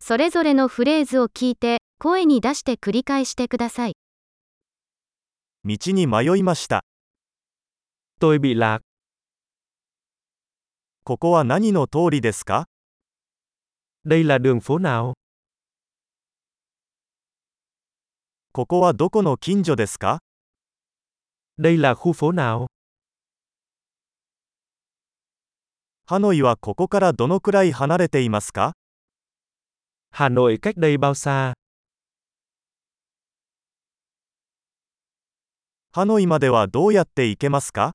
それぞれのフレーズを聞いて、声に出して繰り返してください。道に迷いました。 Tôi bị lạc. ここは何の通りですか Đây là đường phố nào? ここはどこの近所ですか Đây là khu phố nào? ハノイはここからどのくらい離れていますか Hà Nội cách đây bao xa? ハノイまではどうやって行けますか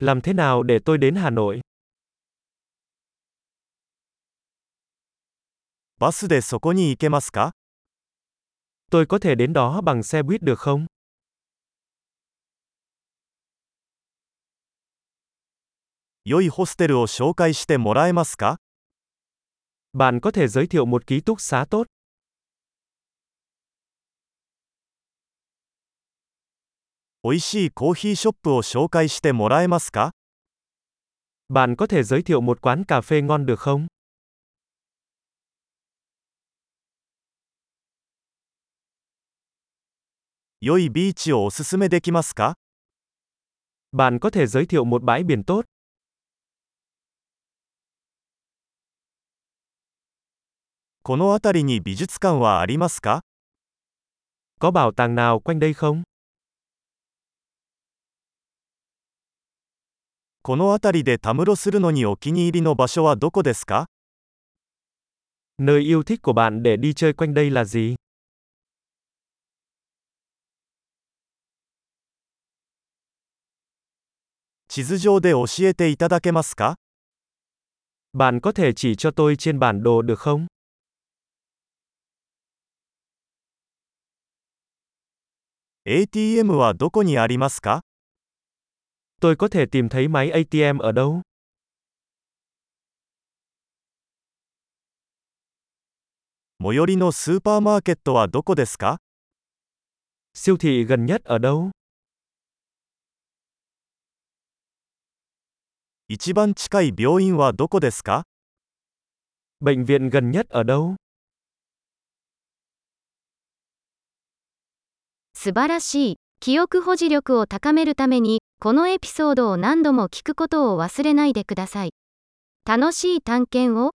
Làm thế nào để tôi đến Hà Nội? バスでそこに行けますか Tôi có thể đến đó bằng xe buýt được không? 良いホステルを紹介してもらえますか Bạn có thể giới thiệu một ký túc xá tốt. 美味しいコーヒーショップを紹介してもらえますか Bạn có thể giới thiệu một quán cà phê ngon được không? 良いビーチをおすすめできますか Bạn có thể giới thiệu một bãi biển tốt. この辺りに美術館はありますか Có bảo tàng nào quanh đây không? この辺りでたむろするのにお気に入りの場所はどこですか Nơi yêu thích của bạn để đi chơi quanh đây là gì? 地図上で教えていただけますか Bạn có thể chỉ cho tôi trên bản đồ được không? ？ATM はどこにありますか Tôi có thể tìm thấy máy ATM ở đâu? 最寄りのスーパーマーケットはどこですか Siêu thị gần nhất ở đâu? 一番近い病院はどこですか Bệnh viện gần nhất ở đâu? 素晴らしい。記憶保持力を高めるために、このエピソードを何度も聞くことを忘れないでください。楽しい探検を。